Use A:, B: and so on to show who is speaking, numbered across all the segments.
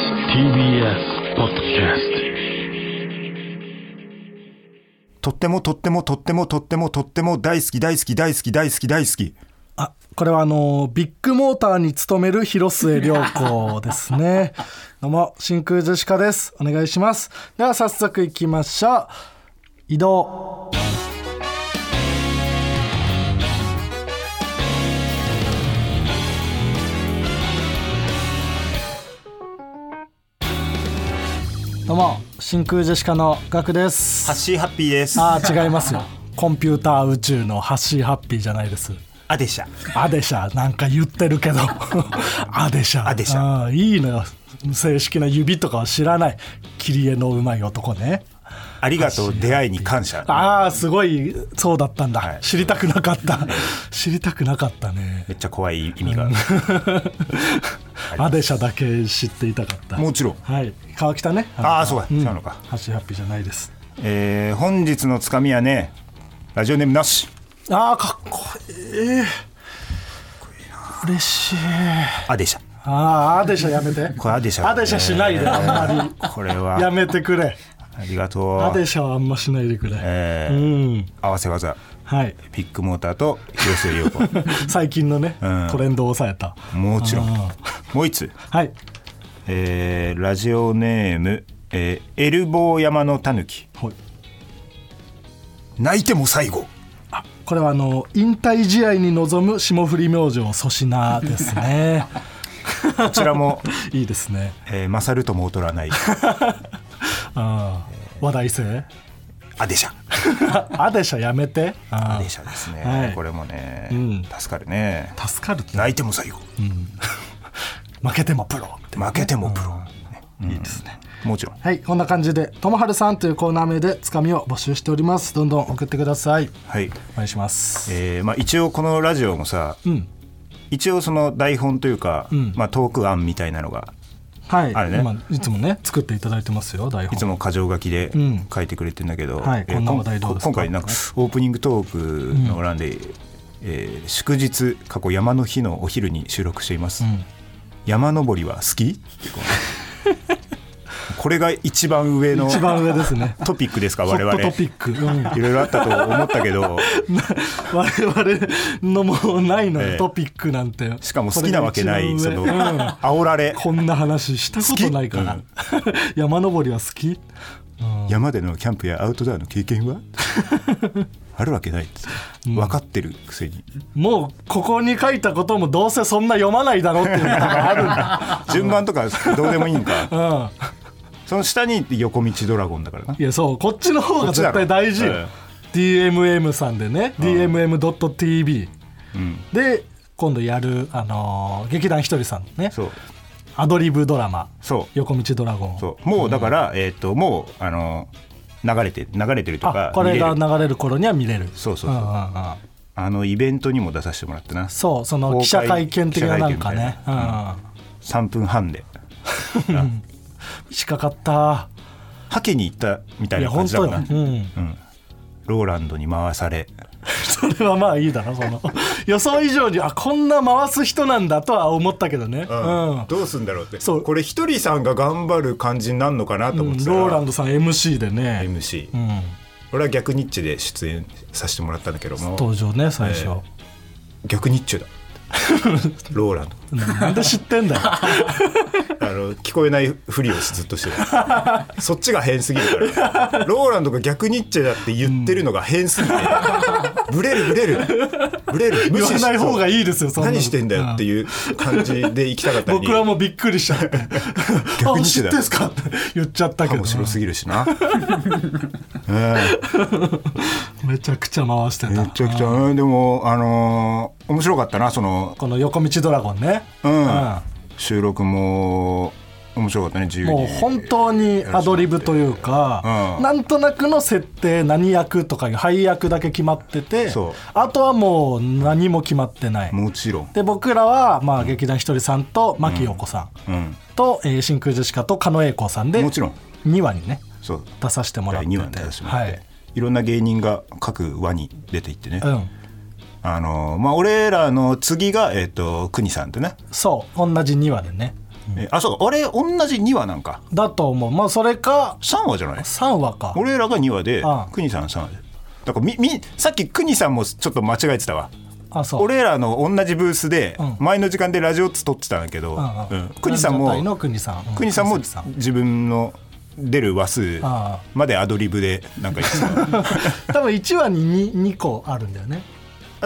A: TBS ポッドキャス
B: とってもとってもとってもとってもとっても大好き大好き大好き大好き大好き
C: あこれはあのビッグモーターに勤める広末涼子ですねどうも真空ジェシカですお願いしますでは早速いきましょう移動どうも真空ジェシカのガクです
B: ハッシーハッピーですあ
C: あー違いますよコンピューター宇宙のハッシーハッピーじゃないです
B: でした
C: アデシャなんか言って るけどアデシャ
B: アデシャ
C: あーいいのよ正式な指とかは知らない切り絵のうまい男ね
B: ありがとう出会いに感謝
C: ああすごいそうだったんだ、
B: はい
C: 知りたくなか った知りたくなかったね
B: めっちゃ怖い意味が
C: アデシャだけ知っていたかった
B: もちろん
C: はい川北ね
B: ああそうだ
C: ん
B: 違うのか
C: ハッシーハッピーじゃないです
B: えー本日のつかみはねラジオネームなし
C: ああかっこいい嬉しい
B: あでした
C: ああアデシャやめて
B: これあでした
C: アデシャしないであんま り
B: これ
C: や
B: は
C: めてくれ
B: ありがと
C: アデ
B: う
C: シャはあんましないでくれ、
B: え
C: う
B: ー
C: ん
B: 合わせ技
C: はい
B: ビッグモーターと広末涼子
C: 最近のね、
B: うん
C: トレンドを抑えた
B: もちろん
C: あ
B: もう一つ
C: はい
B: えーラジオネーム、えーエルボー山のたぬき
C: ほい
B: 泣いても最後
C: あこれはあの引退試合に臨む霜降り明星粗品で すね
B: こちらも、
C: いいですね
B: えー勝るとも劣ら ない
C: あー話 題性
B: アデシャ
C: アデシャやめて
B: ア
C: あ
B: デシャですね、
C: はい
B: これもね、
C: うん
B: 助かるね
C: ー助かるって
B: 泣いても最後
C: 負けてもプロって
B: 負けてもプロ、ね
C: いいですね
B: もちろん
C: はいこんな感じで「ともはるさん」というコーナー名でつかみを募集しておりますどんどん送ってください
B: はい、
C: お願いします
B: えーまあ、一応このラジオもさ
C: うん
B: 一応その台本というか、
C: ん
B: まあ、トーク案みたいなのが
C: はい、
B: あれね
C: 今いつもね作っていただいてますよ台本
B: いつも箇条書きで
C: うん
B: 書いてくれてんだけど、
C: はい
B: えー
C: こんな話題どうですか
B: こ今回なんかオープニングトークの欄で、えー祝日過去山の日のお昼に収録しています、
C: うん
B: 山登りは好 き?ってこう」これが一番上の
C: 一番上ですね
B: トピックですか
C: ホ
B: 我
C: ッ
B: 々
C: トトピック、うん、
B: いろいろあったと思ったけ ど
C: 我々のもうないのよ、
B: ええ
C: トピックなんて
B: しかも好きなわけない
C: こ
B: そ
C: れが
B: の
C: 一番上うん
B: 煽られ
C: こんな話したことないから、山登りは好き
B: 山でのキャンプやアウトドアの経 験はあるわけないって分かってるくせに
C: もうここに書いたこともどうせそんな読まないだろうっていうのがあるんだ
B: 順番とかどうでもいいんか
C: う、
B: その下に横道ドラゴンだからなん
C: いやそうこっちの方が絶対大事よ、
B: こっ
C: DMM さんでね、DMM.tv
B: うん
C: で今度やる、あのー劇団ひとりさんね
B: そう
C: アドリブドラマ
B: そう
C: 横道ドラゴン
B: そうもうだから、えっ、ともうあの流れて流れてるとか
C: あこれが
B: 見れる
C: 流れる頃には見れる
B: そうそうそうん
C: んん
B: あのイベントにも出させてもらってな
C: そうその
B: 公開
C: 記者会見的ななんか
B: 記者会見
C: ね
B: み、
C: う
B: た
C: ん
B: い3分半で
C: 近かった
B: ハケに行ったみた
C: い
B: い
C: や
B: な感
C: 本
B: じだ
C: 当
B: か
C: よ
B: ら、、
C: うん、
B: うんローランドに回され
C: それはまあいいだろその 予想以上にあこんな回す人なんだとは思ったけどね、うん
B: どうすんだろうって
C: そう
B: これひとりさんが頑張る感じになるのかなと
C: うんローランドさん MC でね、
B: MC
C: うん、
B: 俺は逆ニッチで出演させてもらったんだけども
C: 登場ね最初、
B: え逆ニッ チだローランド
C: なんで知って んだよ
B: あの聞こえないふりをずっとして るそっちが変すぎるからローランドが逆ニッチェだって言ってるのが変すぎて、ブレるブレるブレる無
C: 言
B: 視
C: わ
B: し
C: ない方がいいですよそんなの
B: 何してんだよって
C: う
B: いう感じで行きたかった
C: ん
B: のに
C: 僕はもうびっくりしちゃって
B: 逆
C: あ
B: に
C: 知
B: し
C: ってて
B: た
C: んすかって言っちゃったけど
B: 面白すぎるしな
C: めちゃくちゃ回してた
B: めちゃくちゃうんでもあのー面白かったなその
C: この横道ドラゴンね、
B: うん収録も面白かったね自由に
C: もう本当にアドリブというか、
B: うん
C: なんとなくの設定何役とかいう配役だけ決まってて
B: そう
C: あとはもう何も決まってない
B: もちろん
C: で僕らはまあ劇団ひとりさんと牧陽子さん
B: うん
C: と、えー真空ジェシカと狩野英孝さんで
B: もちろん
C: 2話にね
B: そう
C: 出させてもらっ
B: 第
C: てて
B: 2話に出させてもら
C: は
B: って、
C: い
B: い、ろんな芸人が各輪に出ていってね、
C: うん、
B: あのまあ俺らの次がえっ、と国さんとね
C: そう同じ2話でね
B: えあそうかあれ同じ2話なんか
C: だと思うまあそれか
B: 3話じゃない
C: 3話か
B: 俺らが2話で
C: ああ
B: 邦さん3話でだからみみさっき邦さんもちょっと間違えてたわ
C: あそう
B: 俺らの同じブースで
C: ん
B: 前の時間でラジオッツ撮ってたんだけど
C: ああ
B: うん邦さん
C: ラジオ体
B: も
C: の国さん
B: 邦さんも
C: うんさん
B: 自分の出る話数
C: ああ
B: までアドリブでなんか言ってただ か
C: 多分1話に 2, 2個あるんだよね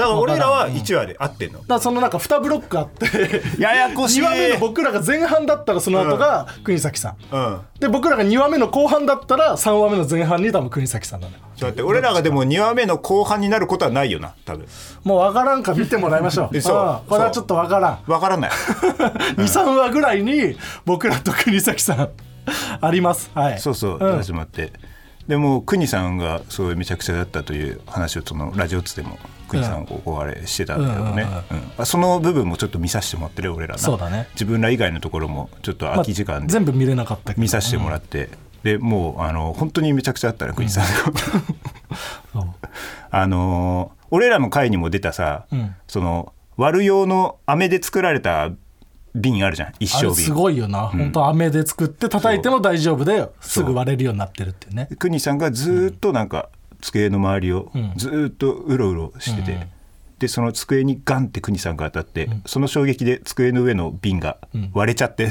B: ら俺らは1話で合ってんの
C: だからそのなんか2ブロックあって
B: ややこしい
C: 2話目の僕らが前半だったらその後が国崎さん、
B: うん
C: で僕らが2話目の後半だったら3話目の前半に多分国崎さんなんだよ
B: だって俺らがでも2話目の後半になることはないよな多分
C: もう分からんか見てもらいましょう
B: え そう
C: ああこれはちょっと分からん
B: わから ない
C: 23話ぐらいに僕らと国崎さんありますはい
B: そうそう
C: うん
B: 始まって、でも邦さんがすごいめちゃくちゃだったという話をそのラジオつでも邦さんをおあれしてたんだけどね、
C: うんうん
B: うんあその部分もちょっと見させてもらってるよ俺らな
C: そうだね
B: 自分ら以外のところもちょっと空き時間で
C: 全部見れなかったけど
B: 見させてもらって、でもうあの本当にめちゃくちゃあったね邦さん が、
C: そう
B: あのー俺らの会にも出たさ、
C: うん
B: その割る用の飴で作られた瓶あるじゃん一
C: あ
B: 升
C: れす
B: 瓶
C: ごいよな、本当飴で作って叩いても大丈夫ですぐ割れるようになってるっていうね
B: 邦さんがずーっとなんか机の周りを
C: ん
B: ずーっとうろうろしてて、でその机にガンって邦さんが当たって、その衝撃で机の上の瓶が割れちゃって、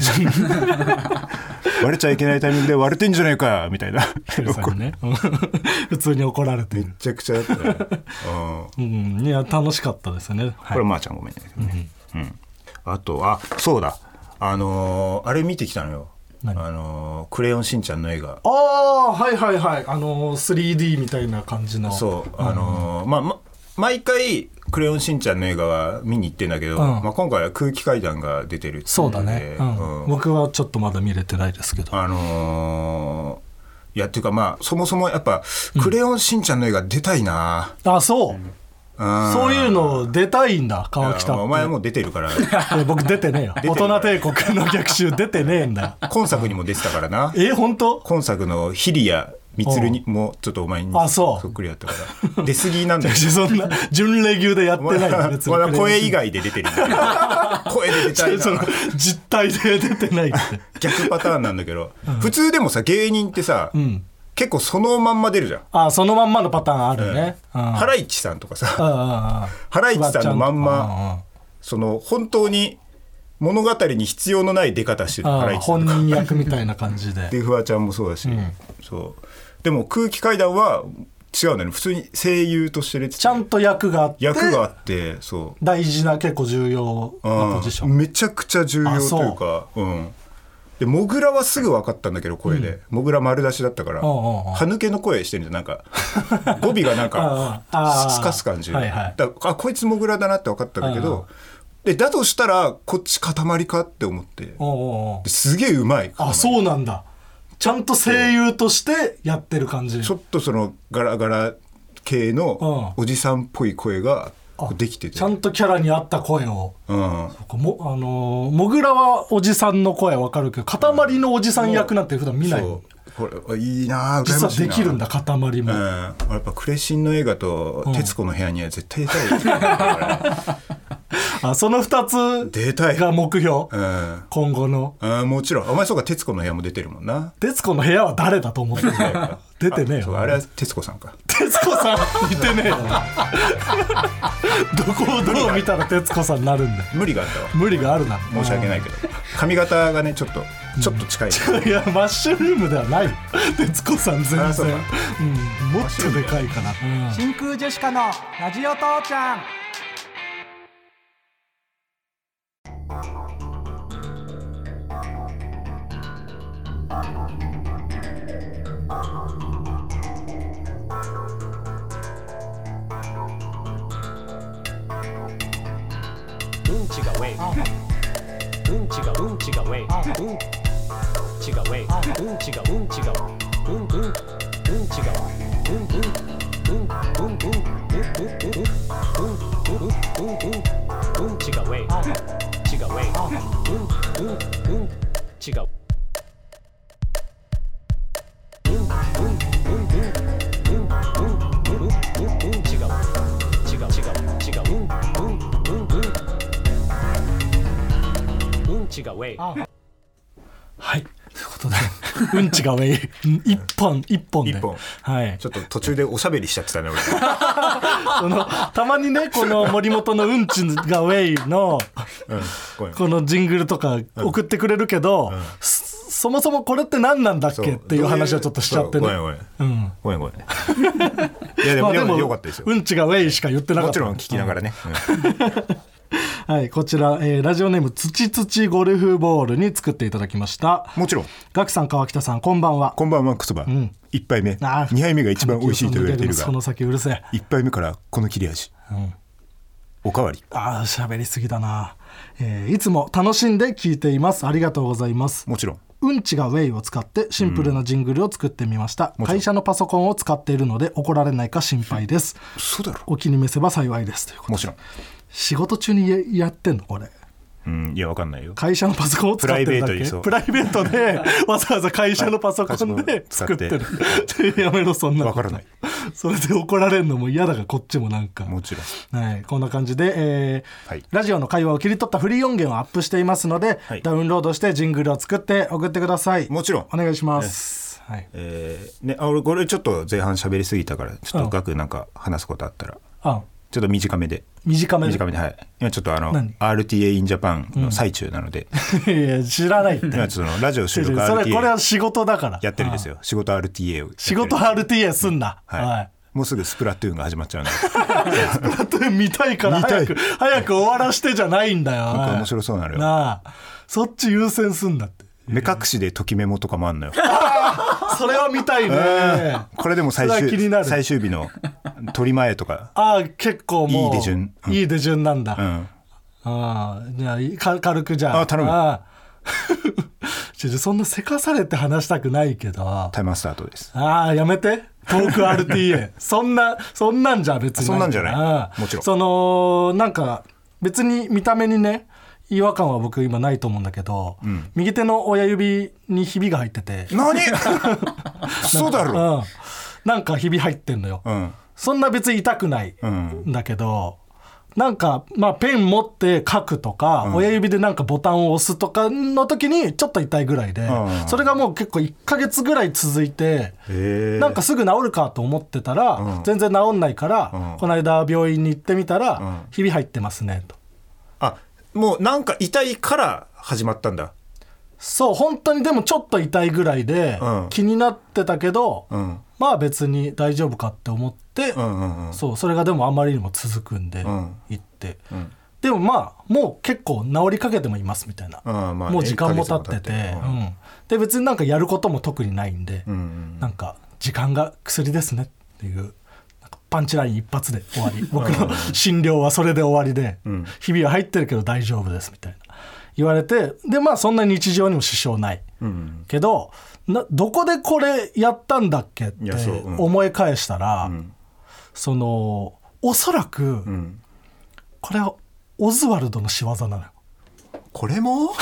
B: 割れちゃいけないタイミングで割れてんじゃないかみたいな
C: テルさんにね 普通に怒られてる、
B: ちゃくちゃだったね、うん
C: うん、いや楽しかったですね、は
B: こ
C: い
B: れはまーちゃんごめんね、うんあとあそうだあのーあれ見てきたのよあ
C: 何
B: のークレヨンしんちゃん」の映画
C: ああはいはいはいあのー 3D みたいな感じの
B: そうあのーまあま毎回「クレヨンしんちゃん」の映画は見に行ってんだけど、
C: ん
B: まあ、今回は空気階段が出てるってい
C: そうだ
B: の
C: ね
B: で、
C: うん
B: うん
C: 僕はちょっとまだ見れてないですけど
B: あのーいやっていうかまあそもそもやっぱ「クレヨンしんちゃん」の映画出たいな、
C: あそう、
B: うん
C: そういうの出たいんだ川北っ
B: あ
C: て
B: お前もう出てるから
C: い や僕 出てねえよ
B: て
C: 大
B: る
C: 人帝国の逆襲出てねえんだよ
B: 今作にも出てたからな
C: え本当
B: 今作の「ヒリア」みつるにもちょっとお前に
C: あそう
B: そっくりだったから出過ぎなん だよ
C: そんな準レギュでやっ
B: お
C: て
B: 前
C: ないよ
B: はお前は声以外
C: 外
B: で出てるん だよ声で出た い
C: その
B: な
C: 実態で出てないって
B: 逆パターンなんだけど、普通でもさ芸人ってさ、結構そのまんま出るじゃん、
C: あそのまんまのパターンあるね、うん、
B: ハライチさんとかさ
C: あ
B: ハライチさんのまんま
C: あ
B: その本当に物語に必要のない出方してるハライチさん
C: 本
B: とか
C: 人役みたいな感じで
B: でフワちゃんもそうだし、そうでも空気階段は違うんだよね普通に声優として出てて
C: ちゃんと役があって
B: 役があってそう
C: 大事な結構重要なポジション、
B: うんめちゃくちゃ重要
C: あそう
B: というかうんでモグラはすぐ分かったんだけど声で、モグラ丸出しだったから
C: うんうんうん
B: 歯抜けの声してるんじゃんなん か語尾がなんか
C: うんうんあー
B: スカス感じる、
C: はいはい
B: だあこいつモグラだなって分かったんだけ
C: うんうん
B: どでだとしたらこっち塊かって思って
C: おうおうおう
B: すげえうまい
C: あそうなんだちゃんと声優としてやってる感じ
B: ちょっとそのガラガラ系の
C: うん
B: おじさんっぽい声がこうできてて
C: ちゃんとキャラに合った声を
B: うん
C: もあのーもぐらはおじさんの声わかるけど塊のおじさん役なんて普段見ない
B: そうこれはいいなあ羨
C: 実
B: ま
C: は
B: しい
C: で
B: な
C: きるんだ塊も、
B: うん、やっぱクレシンの映画と『徹子の部屋』には絶対出た い
C: あその2
B: 出た
C: つ
B: い
C: が目標、
B: うん
C: 今後の
B: うんもちろんお前そうか『徹子の部屋』も出てるもんな
C: 「徹子の部屋」は誰だと思ってる 出てねえ
B: そう
C: よ
B: あれは徹子さんか
C: 徹子さん似てね えよどこをどう見たら徹子さんになるんだよ
B: 無理があ ったわ
C: 無理があるな
B: 申し訳ないけど髪型がねちょっとちょっと近い、
C: いやマッシュルームではないよ徹子さん全然
B: あそう
C: う
B: か
C: んもっとでかいかな、うん
D: 真空ジェシカのラジオ父ちゃん
E: うんちがウェイうんちがうんちがウェイうんちがウェイうんちがうんちがうんうんうんちがうんうんうんうんうんうんうんうんうんうんうんちがウェイちがウェイうんうんうんちがうんうんうんうんうんうんうんうんうんちが違う違う違ううんうんうんうんうん違うウェイ
C: うんちがウェイうん一本一本で
B: 一本
C: はい
B: ちょっと途中でおしゃべりしちゃってた ね俺
C: そのたまにねこの森本の「うんちがウェイ」の
B: うんごめん
C: このジングルとか送ってくれるけど、そそもそもこれって何なんだっ
B: そ
C: けっていう話はちょっとしちゃって
B: そ
C: ね
B: うごめん
C: うん
B: ごめんごめんごめんいやでも,、でもよかったですよ、
C: うんちがウェイしか言ってなか
B: も
C: った
B: ちろん聞きながらね、
C: はいこちら、えーラジオネーム土土ゴルフボールに作っていただきました
B: うんもちろん
C: ガクさん川北さんこんばんは
B: こんばんはクソバ、
C: ん
B: 一1杯目
C: あー
B: 2杯目が一番美味しいと言われているが
C: その先うるせえ
B: 1杯目からこの切れ味、おかわり
C: ああ喋りすぎだな、えーいつも楽しんで聞いていますありがとうございます
B: もちろん
C: うんちがウェイを使ってシンプルなジングルを作ってみました、
B: もちろん
C: 会社のパソコンを使っているので怒られないか心配です
B: そうだろ
C: お気に召せば幸いですということ
B: もちろん
C: 仕事中にややってんのこれ
B: うんいやわかんないよ
C: 会社のパソコンを使ってる
B: プ
C: だ
B: ライベートにそ
C: け
B: う
C: プライベート でわざわざ会社のパソコン
B: はい
C: で
B: パソコ
C: 作
B: ン
C: っ
B: を
C: て
B: 使っ
C: る
B: て
C: やめろそんなこと
B: わからない
C: それで怒られるのも嫌だがこっちもなんか
B: もちろん
C: はい、こんな感じで、えー
B: はい
C: ラジオの会話を切り取ったフリー音源をアップしていますので、
B: はい
C: ダウンロードしてジングルを作って送ってください
B: もちろん
C: お願いします、はい、
B: えーねあ俺これちょっと前半喋りすぎたからちょっ
C: うん
B: と額なんか話すことあったら
C: あ
B: ちょっと短めで
C: 短めで
B: 短めではい今ちょっとあの
C: 何
B: RTA in Japan の最中なので、
C: いやいや知らないって
B: 今ちょっとそのラジオ収
C: 違う違
B: 録
C: う それこれは
B: RTA
C: 仕事だから
B: やってるんですよ仕事 RTA をやってる
C: 仕事 RTA すんな、
B: はい、
C: はい
B: もうすぐスプラトゥーンが始まっちゃうんで
C: だって見たいから
B: 見た
C: 早
B: い
C: く早く終わらしてじゃないんだよ
B: なん
C: おい
B: か面白そうなのよ
C: なあそっち優先すんだって
B: 目隠しでときメモとかもあんのよ
C: それは見た いねあ
B: これでも最
C: それは気に
B: 終
C: なる
B: 最終日の取り前とか、
C: あ結構もう
B: いい手順うん
C: いい手順なんだ、
B: うん、
C: ああじゃあいか軽くじゃあ
B: あ頼む
C: ああ ちょちょそんなせかされて話したくないけどあ
B: タイマースタートです
C: あやめてトーク RTA そんなそんなんじゃ別に
B: そんなんじゃない
C: ああ
B: もちろん
C: そのなんか別に見た目にね違和感は僕今ないと思うんだけど、右手の親指にひびが入って て
B: 何そうだろ、
C: うん、なんかひび入ってんのよ、
B: うん
C: そんな別に痛くない
B: うん
C: んだけど、なんか、まあ、ペン持って書くとか、親指でなんかボタンを押すとかの時にちょっと痛いぐらいで、
B: うん
C: それがもう結構1ヶ月ぐらい続いて、
B: へえ
C: なんかすぐ治るかと思ってたら、
B: うん
C: 全然治んないから、
B: うん
C: この間病院に行ってみたら、
B: うん
C: ひび入ってますねと。
B: あもうなんか痛いから始まったんだ
C: そう本当にでもちょっと痛いぐらいで、
B: うん
C: 気になってたけど、
B: うん
C: まあ別に大丈夫かって思って、
B: うんうんうん
C: そうそれがでもあまりにも続くんで、
B: ん
C: 行って、
B: ん
C: でもまあもう結構治りかけてもいますみたいな、
B: うんまあね
C: もう時間も経ってて
B: 一ヶ月も経っ
C: う
B: て
C: んで別になんかやることも特にないんで、
B: うんうん
C: なんか時間が薬ですねっていうなんかパンチライン一発で終わり僕の診療はそれで終わりで、
B: ん
C: 日々は入ってるけど大丈夫ですみたいな言われてでまあそんな日常にも支障ない、
B: うん
C: けどなどこでこれやったんだっけって
B: いやそううん
C: 思い返したら、
B: ん
C: そのおそらく、
B: うん
C: これはオズワルドの仕業なのよ
B: これ も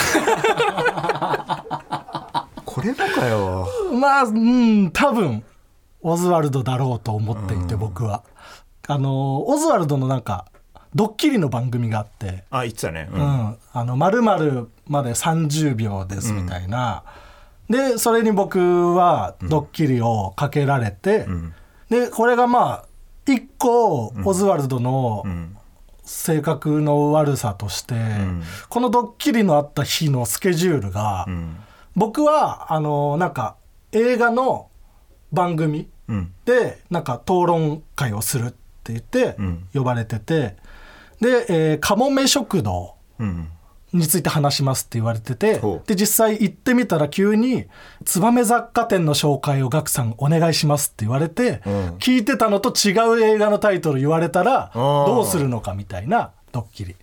B: これもかよ
C: まあうん多分オズワルドだろうと思っていて、僕はあのオズワルドのなんかドッキリの番組があって
B: あ言ってたねう
C: 「うんん、あの〇〇まで30秒です」みたいな、でそれに僕はドッキリをかけられて、
B: ん
C: でこれがまあ一個オズワルドの
B: うん
C: 性格の悪さとして、このドッキリのあった日のスケジュールが、
B: うん
C: 僕はあのなんか映画の番組
B: うん
C: でなんか討論会をするって言って
B: うん
C: 呼ばれてて、で、えーカモメ食堂
B: うん
C: について話しますって言われてて
B: ほう
C: で実際行ってみたら急に「燕雑貨店の紹介をガクさんお願いします」って言われて、
B: うん
C: 聞いてたのと違う映画のタイトル言われたら
B: ー
C: どうするのかみたいなドッキリ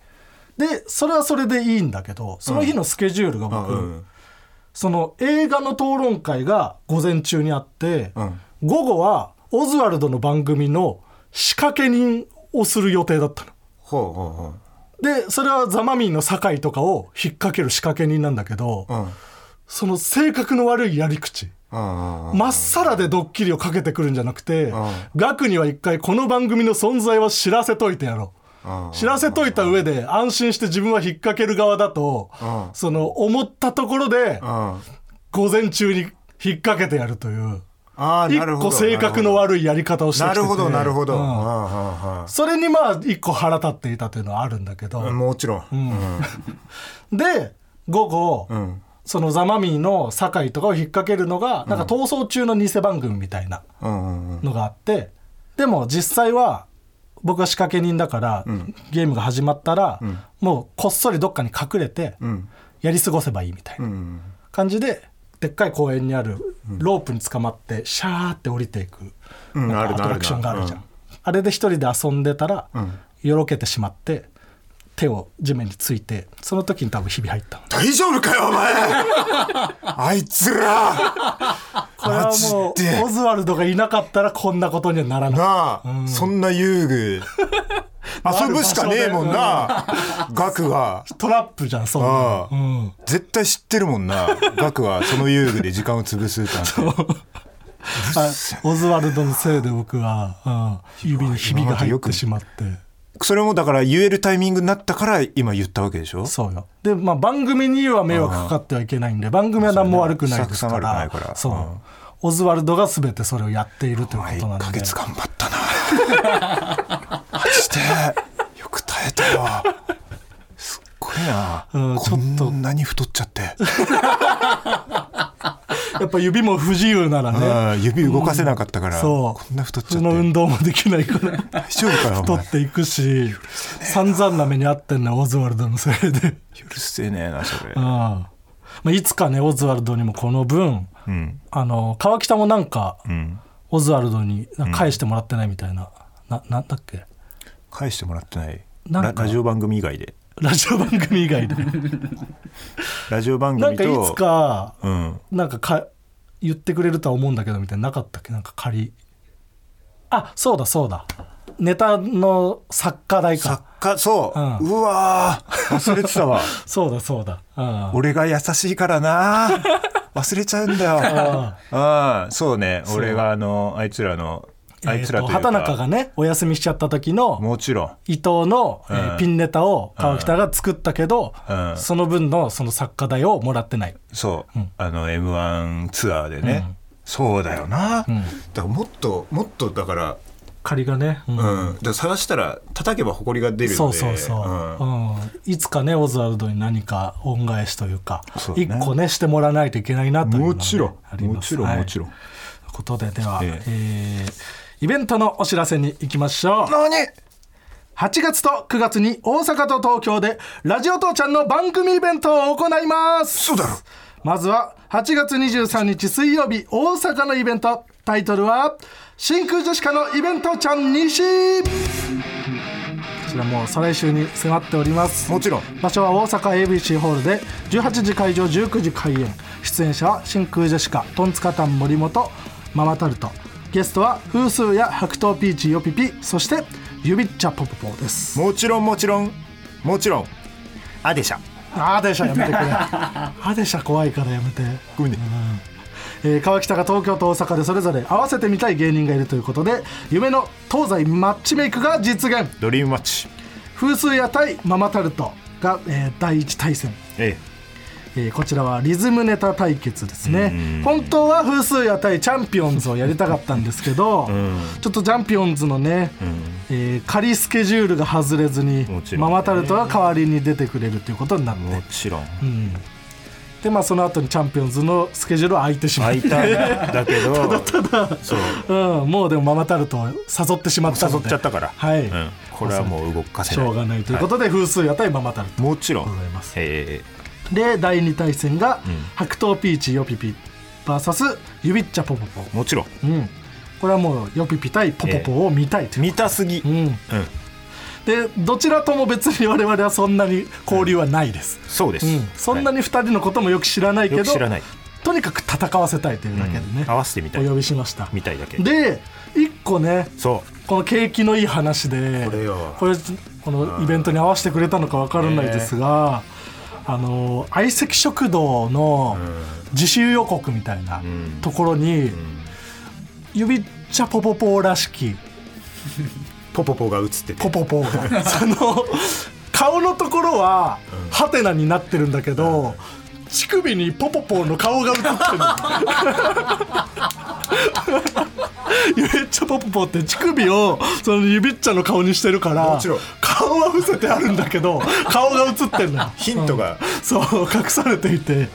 C: でそれはそれでいいんだけどその日のスケジュールが
B: あ
C: 僕、
B: うん
C: その映画の討論会が午前中にあって、
B: うん
C: 午後はオズワルドの番組の仕掛け人をする予定だったの。
B: ほうほうほ
C: でそれはザ・マミィの酒井とかを引っ掛ける仕掛け人なんだけど、
B: ううん
C: その性格の悪いやり口
B: あ
C: まっさらでドッキリをかけてくるんじゃなくて
B: ん
C: ガクには一回この番組の存在は知らせといてやろ
B: あ
C: う知らせといた上で安心して自分は引っ掛ける側だと
B: うん
C: その思ったところで
B: あ
C: 午前中に引っ掛けてやるという
B: ああ
C: 一
B: なるほど
C: 個性格の悪いやり方をしてきて
B: な
C: て
B: るほどなるほど、
C: うん
B: はあは
C: それにまあ一個腹立っていたというのはあるんだけど、
B: あはあもちろん、
C: で午後、
B: ん
C: そのザ・マミィの酒井とかを引っ掛けるのがなんか逃走中の偽番組みたいな
B: うんうんうん
C: のがあってでも実際は僕は仕掛け人だから、ゲームが始まったら、もうこっそりどっかに隠れて、
B: ん
C: やり過ごせばいいみたいな
B: うん
C: 感じででっかい公園にあるロープに捕まってシャーって降りていく、
B: うん
C: なんか
B: あるな
C: アトラクションがあるじゃん、
B: ある
C: あれで一人で遊んでたら、
B: ん
C: よろけてしまって手を地面についてその時に多分ひび入ったの
B: 大丈夫かよお 前あいつら
C: これはも
B: マジで
C: うオズワルドがいなかったらこんなことにはならない
B: なあ、そんな遊 具遊ぶしかねえもんな額は
C: トラップじゃんそん
B: あ
C: な
B: あ、
C: の、うん、
B: 絶対知ってるもんな額はその遊具で時間を潰すなんて
C: あオズワルドのせいで僕は、うん、指にひびが入ってしまって
B: それもだから言えるタイミングになったから今言ったわけでしょ
C: そうよで、まあ、番組には迷惑かかってはいけないんで番組は何も悪くないです
B: スタッ
C: か
B: フさん
C: ら
B: 悪くないから
C: そう、
B: うん
C: オズワルドが全てそれをやっているというこ
B: 1
C: となんで
B: ヶ月頑張ったな マジでよく耐えたよすっごいな、
C: うんちょ
B: こ
C: っと
B: んなに太っちゃ って、
C: やっぱ指も不自由ならね
B: うん指動かせなかったから、
C: そ
B: こ
C: うん
B: な太っ
C: 普
B: ちゃ
C: 通
B: って
C: の運動もできな いから
B: 大丈夫かよお
C: 太
B: 前
C: っていくし散々な目にあってんねオズワルドのせいで
B: 許せねえなそれ
C: うんまあ、いつかねオズワルドにもこの分
B: うん
C: あの川北もなんか、
B: うん
C: オズワルドになんか返してもらってないみたいな、ななんだっけ
B: 返してもらってない
C: なん
B: ラ
C: か
B: ラジオ番組以外で
C: ラジオ番組以外で
B: ラジオ番
C: なん
B: 組
C: か
B: と
C: いつか
B: うん
C: なんかか言ってくれるとは思うんだけどみたいななかったっけなんか仮あそうだそうだネタの作家代
B: 作
C: か
B: 家そう、
C: う
B: うんわー忘れてた わ
C: そうだそうだうん
B: 俺が優しいからな忘れちゃうん だよ
C: あ
B: ああそうね俺があのあいつらのあいつらというか、
C: えーと畑中がねお休みしちゃった時の
B: もちろん
C: 伊藤の、えー
B: うん
C: ピンネタを川北が作ったけど、
B: うん
C: その分のその作家代をもらってない
B: そう、あの m 1ツアーでね、そうだよな、だからもっともっとだから
C: 仮がね、うん
B: うん、だから探したら叩けば埃が出るので
C: そうそうそう、
B: ん
C: うんいつかねオズワルドに何か恩返しというか
B: そうだ
C: 一
B: ね
C: 個ねしてもらわないといけないなというのはね
B: もちろん
C: あります
B: もちろん
C: はい
B: もちろん
C: ということででは、
B: え
C: えーイベントのお知らせに行きましょう
B: 何
C: 8月と9月に大阪と東京でラジオ父ちゃんの番組イベントを行います
B: そうだろ
C: まずは8月23日水曜日大阪のイベントタイトルは「真空ジェシカのイベントちゃん西」こちらもう再来週に迫っております
B: もちろん
C: 場所は大阪 ABC ホールで18時会場19時開演出演者は真空ジェシカトンツカタン森本ママタルトゲストは風数や白桃ピーチヨピピそしてゆびっちゃポポポです
B: もちろんもちろんもちろんあでしゃ
C: アデシャやめてくれアデシャ怖いからやめて、
B: ごめんね
C: えー川北が東京と大阪でそれぞれ合わせてみたい芸人がいるということで夢の東西マッチメイクが実現
B: ドリームマッチ
C: 風水屋対ママタルトが、えー第一対戦
B: え
C: えーこちらはリズムネタ対決ですね本当は風数屋対チャンピオンズをやりたかったんですけど、ちょっとチャンピオンズのね、えー仮スケジュールが外れずに
B: もちろん
C: ママタルトが代わりに出てくれるということになって
B: えもちろん
C: でまあその後にチャンピオンズのスケジュールは空いてしまっ
B: 会
C: て
B: いたいだけどただただそう
C: うん、もうでもママタルトを誘ってしまったの
B: 誘
C: で
B: っちゃったから
C: はい、
B: うん、これはもう動かせ
C: し
B: ない
C: ょうがないということで、風水屋対ママタルト
B: もちろん
C: ございます
B: え
C: で第2対戦が、白桃ピーチヨピピ VS ゆびっちゃポポポ
B: えもちろん
C: うん、これはもうヨピピ対ポポポを見たいという、
B: 見たすぎ、うん
C: うん、でどちらとも別に我々はそんなに交流はないです、
B: そうです、
C: うんそんな
B: は
C: に2人のこともよく知らない
B: い
C: け
B: よ
C: ど
B: く知らない
C: とにかく戦わせたいというだけでね、
B: うん合わせてみたい
C: お呼びしました
B: みたいだけ
C: で1個ね
B: そう
C: この景気のいい話で
B: これよ
C: これこのイベントに合わせてくれたのか分からないですが、あの相席食堂の自習予告みたいなところに、指茶ポポポらしき
B: ポポポが映ってて
C: ポポポがその顔のところはハテナになってるんだけど、乳首にポポポの顔が映ってるゆめっちゃポポポって乳首をそのゆびっちゃの顔にしてるから
B: もちろん
C: 顔は伏せてあるんだけど顔が映ってるのよ
B: ヒントが、
C: そう隠されていて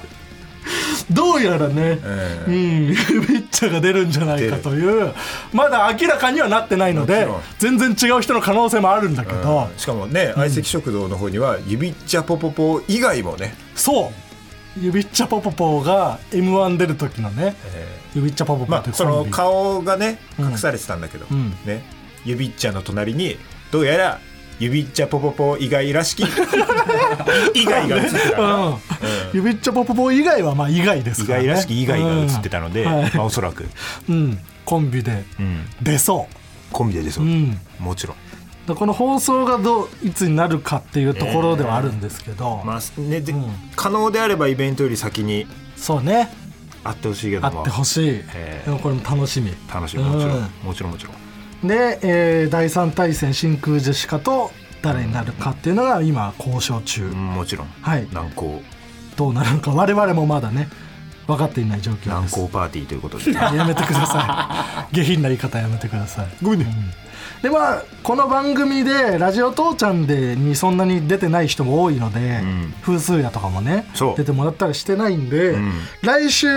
C: どうやらね、
B: え
C: うん、ゆびっちゃが出るんじゃないかというまだ明らかにはなってないので
B: も
C: 全然違う人の可能性もあるんだけど、
B: ーしかもね相席食堂の方には「指っちゃぽぽぽ」以外もね
C: そうゆびっちゃぽぽぽが m 1出る時のね、ゆびっちゃぽぽぽ
B: ま
C: ってい
B: あ
C: う
B: そ
C: コン
B: の
C: ビ、
B: 顔がね隠されてたんだけど、
C: ん
B: ね指っちゃの隣にどうやら指っちゃぽぽぽ以外ら しき以外が映ってたから、
C: うんゆびっちゃぽぽぽ以外はまあ以外です
B: 以
C: から、ね、
B: 外らしき以外が映ってたので、
C: うんはい
B: まあ、おそらく、
C: うん、コンビで
B: うん
C: 出そ
B: コンビでです
C: う、
B: よ、
C: うん、
B: もちろん
C: でこの放送がどういつになるかっていうところではあるんですけど、
B: まあねで
C: うん
B: 可能であればイベントより先に
C: そうね
B: あってほしいけ
C: あ
B: ども
C: ってほしい、
B: えー
C: でもこれも楽しみ
B: 楽しみもちろん、
C: うん
B: もちろんもちろん
C: で、えー第3対戦真空ジェシカと誰になるかっていうのが今交渉中、
B: うんもちろん
C: はい
B: 難航
C: どうなるのか我々もまだね分かっていない状況
B: 難
C: です
B: 航パーティーということで
C: やめてください下品な言い方やめてくださいごめんね、うんでまあこの番組で「ラジオ父ちゃんで」にそんなに出てない人も多いので、
B: ん
C: 風数やとかもね
B: そう
C: 出てもらったりしてないんで、
B: ん
C: 来週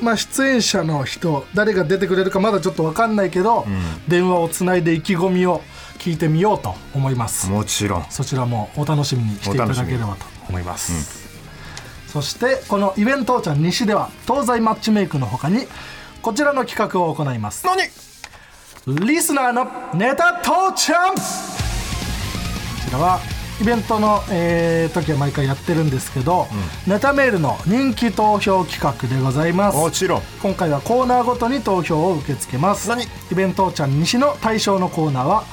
C: まあ、出演者の人誰が出てくれるかまだちょっと分かんないけど、電話をつないで意気込みを聞いてみようと思います
B: もちろん
C: そちらもお楽しみにしていただければと思います、そしてこのイベントーちゃん西では東西マッチメイクのほかにこちらの企画を行いますリスナーのネタ父ちゃんこちらはイベントの、えー時は毎回やってるんですけど、ネタメールの人気投票企画でございます
B: もちろん
C: 今回はコーナーごとに投票を受け付けますイベントーちゃん西の対象のコーナーは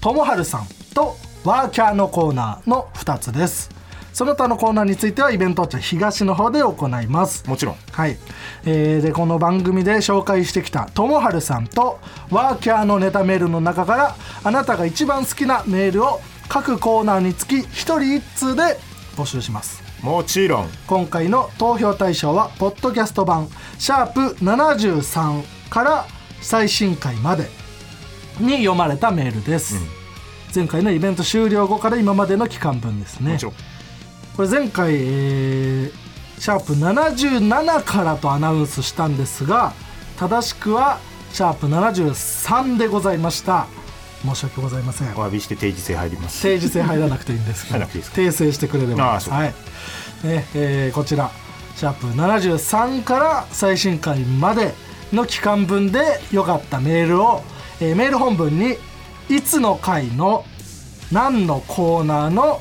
C: ともはるさんとワーキャーのコーナーの2つですその他のコーナーについてはイベントーちゃん東の方で行います
B: もちろん
C: はい、えーでこの番組で紹介してきたともはるさんとワーキャーのネタメールの中からあなたが一番好きなメールを各コーナーにつき1人1通で募集します
B: もちろん
C: 今回の投票対象はポッドキャスト版「シャープ #73」から最新回までに読まれたメールです、前回のイベント終了後から今までの期間分ですね
B: もちろん
C: これ前回、えーシャープ77からとアナウンスしたんですが正しくはシャープ73でございました申し訳ございません
B: お詫びして定時制入ります
C: 政治性入らなくていいんですけ
B: 入らな
C: ど
B: くていいです
C: 訂正してくれれば
B: ああそう
C: はいねえーこちらシャープ73から最新回までの期間分で良かったメールを、えーメール本文にいつの回の何のコーナーの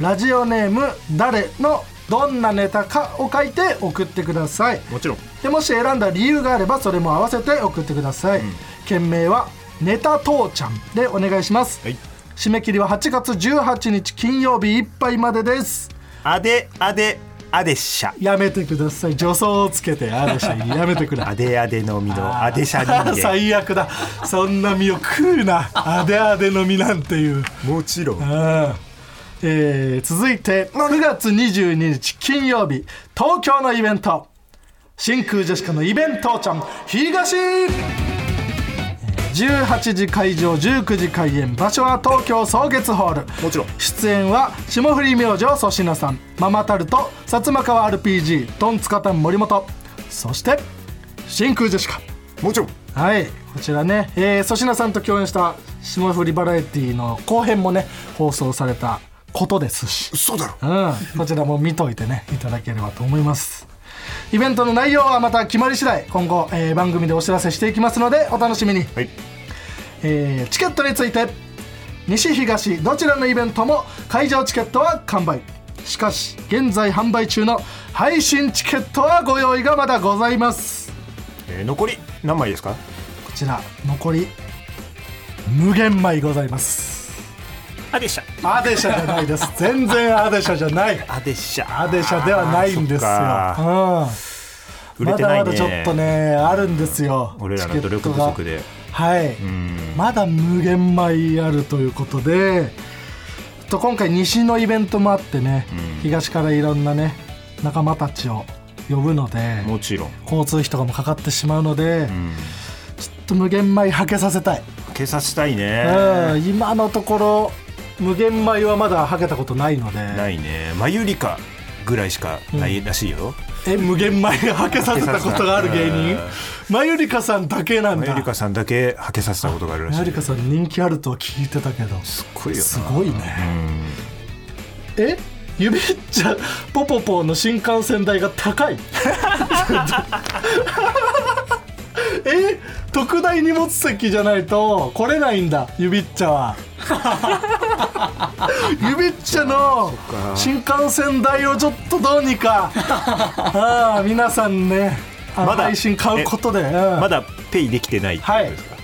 C: ラジオネーム誰のどんなネタかを書いて送ってください
B: もちろん
C: でもし選んだ理由があればそれも合わせて送ってください、件名は「ネタ父ちゃん」でお願いします、
B: はい
C: 締め切りは8月18日金曜日いっぱいまでです
B: あであであでっしゃ
C: やめてください助走をつけてあれしゃいやめてくれ
B: あであでのみのあでしゃ人間
C: 最悪だそんな身を食うなあであでの身なんていう
B: もちろん
C: あーえー続いて9月22日金曜日東京のイベント真空ジェシカのイベントちゃん東えー18時会場19時開演場所は東京草月ホール
B: もちろん
C: 出演は霜降り明星粗品さんママタルト薩摩川 RPG トンツカタン森本そして真空ジェシカ
B: もちろん
C: はいこちらねえー粗品、さんと共演した霜降りバラエティの後編もね放送されたことですし、
B: そうだろ
C: うん、こちらも見といてねいただければと思いますイベントの内容はまた決まり次第今後、えー番組でお知らせしていきますのでお楽しみに、
B: はい
C: えーチケットについて西東どちらのイベントも会場チケットは完売しかし現在販売中の配信チケットはご用意がまだございます
B: えー残り何枚ですか
C: こちら残り無限米ございます
B: あでっしゃ
C: アデシャじゃない です全然アデシャじゃない
B: あでっしゃ
C: アデシャではないんですよ、
B: あーそっか
C: うん、
B: 売れてないね
C: まだまだちょっとねあるんですよ
B: 俺らの努力不足で
C: チケットがはい、まだ無限米あるということでちょっと今回西のイベントもあってね、東からいろんなね仲間たちを呼ぶので
B: もちろん、
C: 交通費とかもかかってしまうので、
B: うん、
C: ちょっと無限米はけさせたい、
B: けさしたいね、
C: うん、今のところ無限米はまだはけたことないので
B: ないねまゆりかぐらいしかないらしいよ、
C: え無限米はけさせたことがある芸人
B: はけさ
C: まゆりかさんだけなん
B: まゆ
C: だ
B: りかさんだけはけさせたことがあるらしい
C: まゆりかさん人気あるとは聞いてたけど
B: すっごいよな
C: すごいねえ指っちゃポポポの新幹線代が高い え特大荷物席じゃないと来れないんだ指っちゃは 指っちゃの新幹線代をちょっとどうにか ああ皆さんねあの
B: まだ
C: 配信買うことで、うん
B: まだペイできてないってこと
C: はい
B: ですか、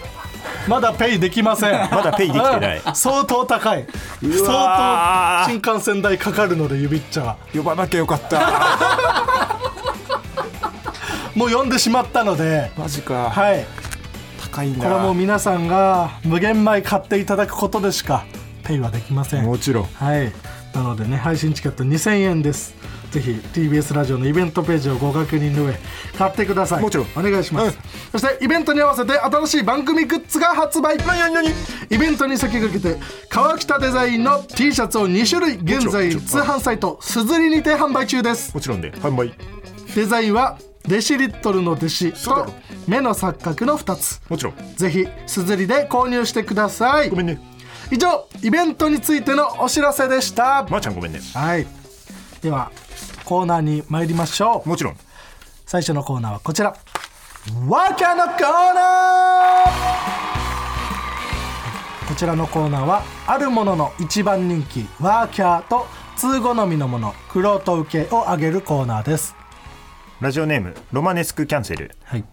C: まだペイできません
B: まだペイできてない
C: うん相当高いう
B: わー
C: 相当新幹線代かかるので指っちゃは
B: 呼ばなきゃよかった
C: もう呼んでしまったので
B: マジか、
C: はい
B: 高いな
C: これはもう皆さんが無限米買っていただくことでしかペイはできません
B: もちろん
C: はいなのでね配信チケット2000円ですぜひ TBS ラジオのイベントページをご確認の上買ってください
B: もちろん
C: お願いします、そしてイベントに合わせて新しい番組グッズが発売イベントに先駆けて川北デザインの T シャツを2種類現在
B: もちろん
C: 通販サイトすずりにて販売中です
B: もちろんで販売
C: デザインはデシリットルの弟子
B: そうだ
C: と
B: ろ
C: 目の錯覚の2つ
B: もちろん
C: ぜひすずりで購入してください
B: ごめんね
C: 以上イベントについてのお知らせでした
B: まー、ちゃんごめんね
C: はいではコーナーに参りましょう
B: もちろん
C: 最初のコーナーはこちらワーキャーのコーナーこちらのコーナーはあるものの一番人気ワーキャーと通好みのものクロート受けを上げるコーナーです
B: ラジオネームロマネスクキャンセル
C: はい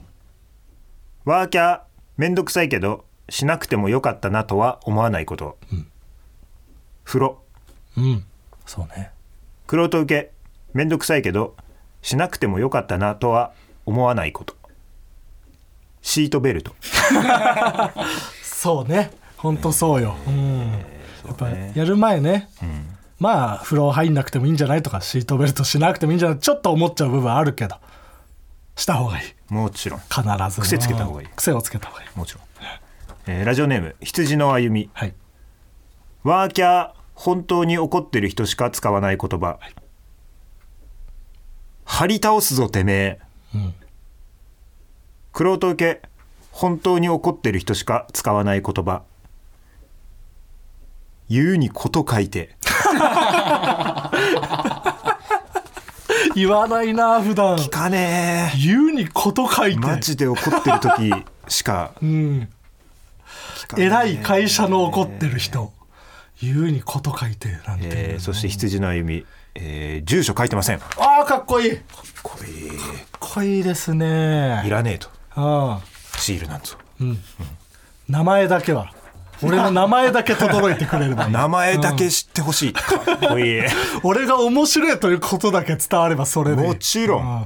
B: ワーキャーめんどくさいけどしなくてもよかったなとは思わないこと、風呂
C: うんそうね
B: クロート受けめんどくさいけどしなくてもよかったなとは思わないことシートベルト
C: そうねほんとそうよ、うんやっぱやる前ね、まあ風呂入んなくてもいいんじゃないとかシートベルトしなくてもいいんじゃないちょっと思っちゃう部分あるけどした方がいい
B: もちろん
C: 必ず
B: 癖つけた方がいい
C: 癖をつけた方がいい
B: もちろん、えーラジオネーム羊の歩み
C: はい
B: ワーキャー本当に怒ってる人しか使わない言葉、張り倒すぞてめえ、くろと受け本当に怒ってる人しか使わない言葉言うにこと書いて
C: 言わないな普段
B: 聞かね
C: 言うにこと書い
B: え
C: て
B: マジで怒ってる時しか
C: うん
B: 聞かねえ
C: 偉い会社の怒ってる人言うにこと書いてなんていう、
B: えーそして羊の歩み、えー住所書いてませんか
C: ああかっこいいかっ
B: っこいい
C: こいいです
B: い
C: ね
B: らねえと
C: うん
B: シールなんぞ
C: 名前だけは俺の名前だけ轟いてく れればいい
B: 名前だけ知ってほしい、かっこいい
C: 俺が面白いということだけ伝わればそれでいい
B: もちろん
C: うあ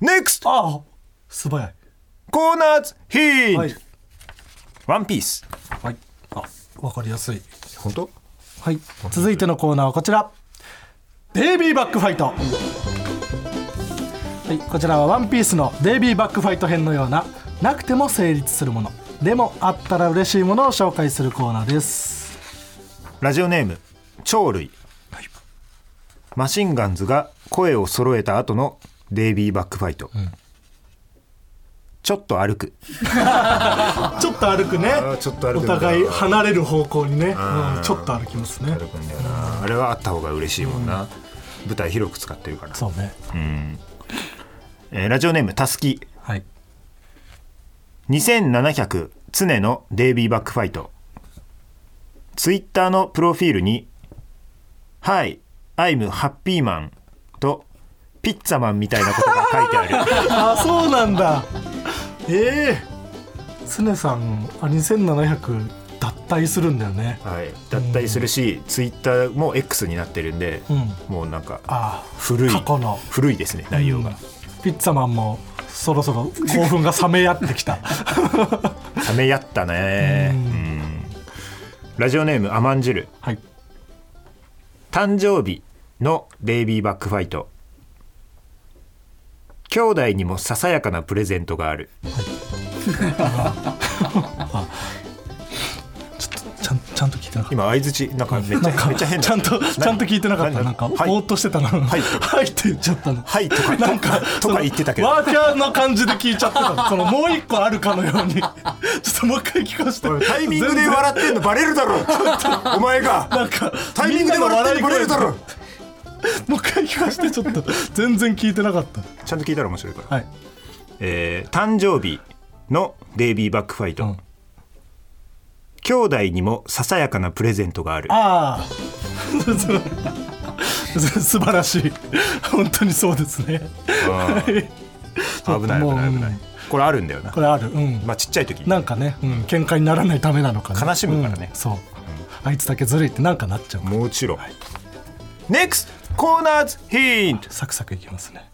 B: NEXT
C: あ素早い
B: コーナーズヒント、
C: はい
B: ワンピース
C: はいあわかりやすい
B: 本当
C: はい、続いてのコーナーはこちらデイビーバックファイト、はい、こちらは「ワンピースのデイビーバックファイト編のようななくても成立するものでもあったら嬉しいものを紹介するコーナーです
B: ラジオネーム鳥類、マシンガンズが声を揃えた後のデイビーバックファイト、ちょっと歩く
C: ちょっと歩くね
B: ーちょっと歩く
C: お
B: んだ
C: 互い離れる方向にね、うんちょっと歩きますね
B: くんだよなあれはあった方が嬉しいもんな、舞台広く使ってるから、
C: そうね
B: えーラジオネームたすき
C: はい
B: 2700常のデイビーバックファイトツイッターのプロフィールに「Hi, I'm Happy Man」と「ピッツァマン」みたいなことが書いてあ る
C: あそうなんだええ常さんあ2700脱退するんだよね
B: はい脱退するしツイッターも X になってるんで、
C: ん
B: もうなんか
C: ああ
B: 古い
C: 過去の
B: 古いですね内容が、
C: ピッツァマンもそろそろ興奮が冷めやってき た
B: 冷めやったねうんラジオネームアマンジュル
C: はい
B: 誕生日のデイビーバックファイト兄弟にもささやかなプレゼントがあ る
C: ちゃんちゃんと聞いてなかっ
B: 今相槌なんかめっちゃめっちゃ変
C: た
B: な
C: ちゃんとちゃんと聞いてなかった
B: 何
C: なんか、
B: はい
C: ぼーっとしてたなはいって言っちゃったの
B: はいとか
C: なんか
B: とか言ってたけど
C: そのワーキャーの感じで聞いちゃってた のそのもう一個あるかのよ うにちょっともう一回聞かせて
B: タイミングで笑ってんのバレるだ ろお前
C: なん
B: が
C: か
B: タイミングで笑ってんのバレるだろ
C: もう一回聞かせてちょっと全然聞いてなかった
B: ちゃんと聞いたら面白いから、
C: はい
B: えー誕生日のデイビーバックファイト、
C: うん
B: 兄弟にもささやかなプレゼントがある
C: ああ 素晴らしい本当にそうですね
B: 危ない危ない危ない
C: もううん
B: これあるんだよな
C: これあるうん
B: まあちっちゃい時に
C: なんかね、うん、喧嘩にならないためなのかね
B: 悲しむからね
C: うんそう、あいつだけずるいってなんかなっちゃうから
B: もちろん、NEXT コーナーズヒント
C: サクサクいきますね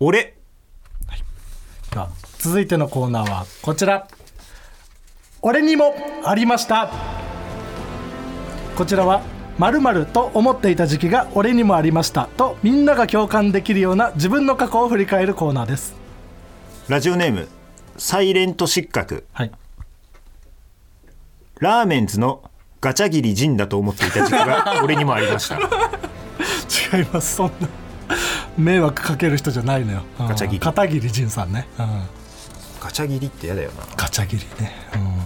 B: 俺
C: では続いてのコーナーはこちら俺にもありましたこちらは〇〇と思っていた時期が俺にもありましたとみんなが共感できるような自分の過去を振り返るコーナーです
B: ラジオネームサイレント失格
C: はい
B: ラーメンズのガチャ切り陣だと思っていた時期が俺にもありました
C: 違いますそんな迷惑かける人じゃないのよ、うん
B: ガチャ切り
C: 片桐仁さんね、うん、
B: ガチャ切りってやだよな
C: ガチャ切りね、うん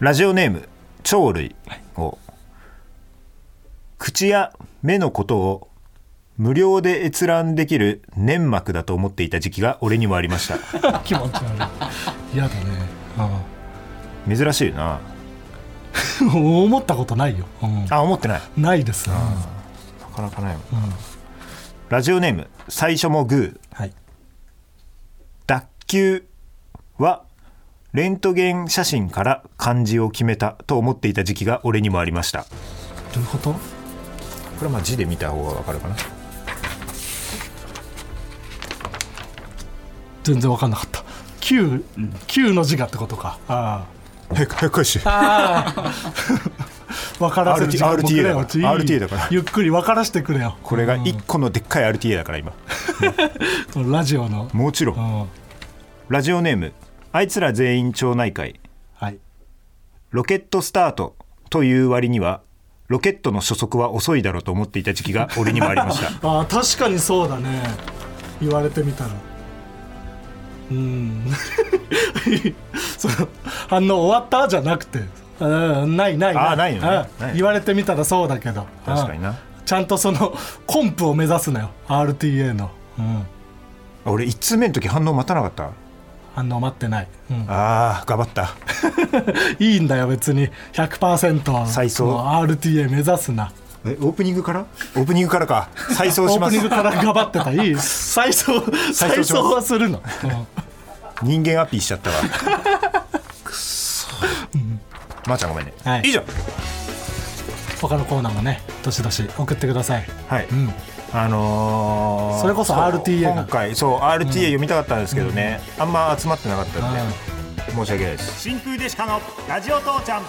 B: ラジオネーム鳥類を口や目のことを無料で閲覧できる粘膜だと思っていた時期が俺にもありました
C: 気持ち悪い嫌だねあ
B: 珍しいな
C: あ思ったことないよ、うん
B: あ思ってない
C: ないです、うん
B: なかなかないもんな、ラジオネーム最初もグー
C: はい
B: 脱臼はレントゲン写真から漢字を決めたと思っていた時期が俺にもありましたこ
C: どういうこと
B: れはまあ字で見た方がわかるかな
C: 全然分かんなかった九九の字がってことかあ
B: 早く早く返して
C: あ分からせる時間も
B: RTA
C: くれよ
B: だから
C: ちい
B: RTA だから
C: ゆっくり分からせてくれよ
B: これが1個のでっかい RTA だから今
C: そのラジオの
B: もちろ
C: うんん
B: ラジオネームあいつら全員町内会
C: はい
B: ロケットスタートという割にはロケットの初速は遅いだろうと思っていた時期 が俺にもありました
C: ああ確かにそうだね言われてみたらうん その反応終わったじゃなくてうんないない
B: あーないよね
C: うん
B: ない
C: 言われてみたらそうだけど
B: 確かにな
C: うんちゃんとそのコンプを目指すなよ RTA の、うん、
B: 俺1通目の時反応待たなかった
C: 反応待ってない、うん
B: あー頑張った
C: いいんだよ別に100%
B: 再送
C: もう RTA 目指すな
B: えオープニングからオープニングからか再
C: オ
B: 送し
C: ー
B: ま
C: プ
B: す
C: ニングから頑張ってたいい再送
B: 再送
C: 再
B: します
C: 送はするの、うん
B: 人間アピーしちゃ ったわくっそまー、ちゃんごめんね、
C: はい
B: 以上
C: 他のコーナーもねどしどし送ってください
B: はい、
C: ん
B: あのー
C: それこそ RTA が
B: 今回そう RTA 読みたかったんですけどね、あんま集まってなかったんで、申し訳ないです
E: 真空ジェシカのラジオ父ちゃん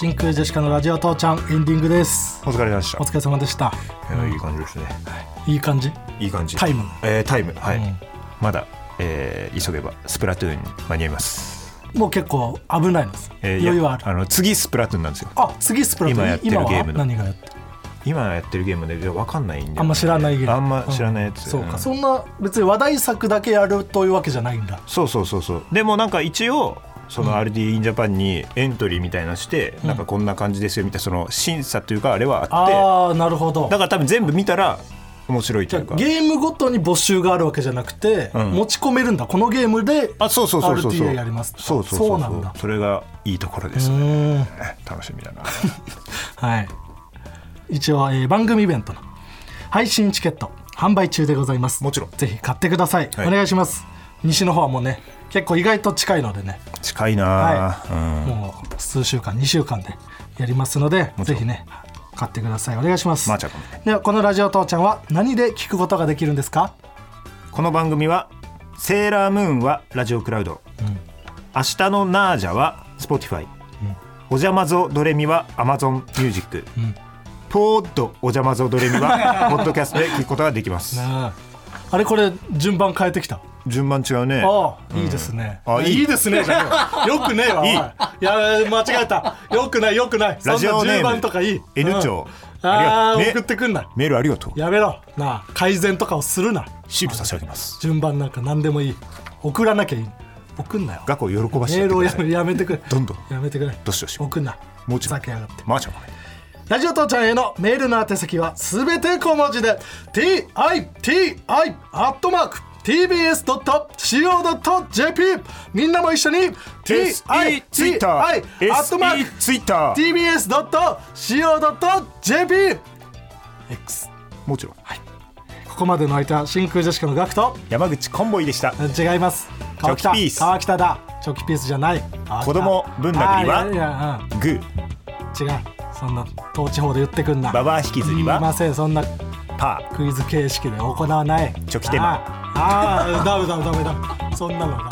C: 真空ジェシカのラジオ父ちゃんエンディングです
B: お疲れ様でした
C: お疲れ様でした
B: いやいい感じですね、
C: いい感じ
B: いい感じ
C: タイム
B: えータイムはい、
C: うん
B: まだ、えー急げばスプラトゥーンに間に合います、
C: もう結構危ないです、
B: えーいや
C: 余裕はある
B: あの次スプラトゥーンなんですよ
C: あ次スプラトゥーン
B: 今やってる
C: 今は
B: ゲームの
C: 何がやってる
B: 今やってるゲームでいやわかんないんで、
C: あんま知らないゲーム
B: あんま知らないやつ、
C: そうか、
B: ん
C: そんな別に話題作だけやるというわけじゃないんだ
B: そうそうそうそうでもなんか一応その RD インジャパンにエントリーみたいなのして、なんかこんな感じですよみたいなその審査というかあれはあって
C: ああなるほど
B: だから多分全部見たら面白い
C: じ
B: と
C: ゃ
B: い
C: あ
B: うか
C: ゲームごとに募集があるわけじゃなくて、
B: ん
C: 持ち込めるんだこのゲームで
B: あそうそうそうそうそう
C: RTA やります
B: そうそうそう
C: そ
B: そう
C: うなんだ
B: それがいいところですね
C: うーん
B: 楽しみだな
C: はい一応、えー番組イベントの配信チケット販売中でございます
B: もちろん
C: ぜひ買ってください、
B: はい
C: お願いします西の方はもうね結構意外と近いのでね、
B: 近いな、
C: は
B: うん
C: いもう数週間2週間でやりますので
B: もち
C: ぜ
B: ろん
C: ひね買ってくださいお願いします、
B: まーちゃんごめんね
C: ではこの「ラジオ父ちゃん」は何で聞くことができるんです か
B: この番組は「セーラームーン」はラジオクラウド「明日のナージャ」は Spotify「おじゃまぞドレミ」は Amazon ミュージック、ポーッとお邪魔ぞドレミ はポッドキャストで聞くことができます
C: ああれこれ順番変えてきた
B: 順番違うね
C: ああいいですね、
B: あいい
C: いですねじゃねえよよくねえわおい
B: いい
C: や間違えたよくないよくない
B: ラジオ
C: そんな
B: ネーム
C: 10番とかいい
B: N
C: う
B: 長
C: ん、 ああ、
B: りがとう
C: 送ってくんない
B: メールありがとう
C: やめろなあ改善とかをするな
B: シール差し上げます
C: 順番なんか何でもいい送らなきゃいい送んなよ
B: 学校喜ばして
C: メ
B: やっ
C: ー
B: て
C: ル
B: く
C: を
B: だ
C: や
B: さ
C: め
B: い
C: やめてくれ
B: どんどん
C: やめてくれ
B: どしどし
C: 送んな
B: もちろん
C: ふざけやがって
B: マーちゃんごめん
C: ラジオ父ちゃんへのメールの宛先はすべて小文字で TITI アットマーク TBS.CO.JP みんなも一緒に TITI ア
B: SE ツイッター
C: ットマー
B: SE
C: ク
B: ツイッター
C: TBS.CO.JP
B: もちろん
C: ここまでの相手は真空ジェシカのガクト
B: 山口コンボイでした
C: 違います川
B: チョキピー
C: 北
B: ス
C: 川北だチョキピースじゃない
B: 子供文楽には
C: あーいやいやうん
B: グー
C: 違うそんな東地方で言ってくんな
B: ババア引きずり
C: 言いま
B: は
C: せんそんな
B: パー
C: クイズ形式で行わない
B: チョキテマ
C: ああああダメダメダメダメそんなのダ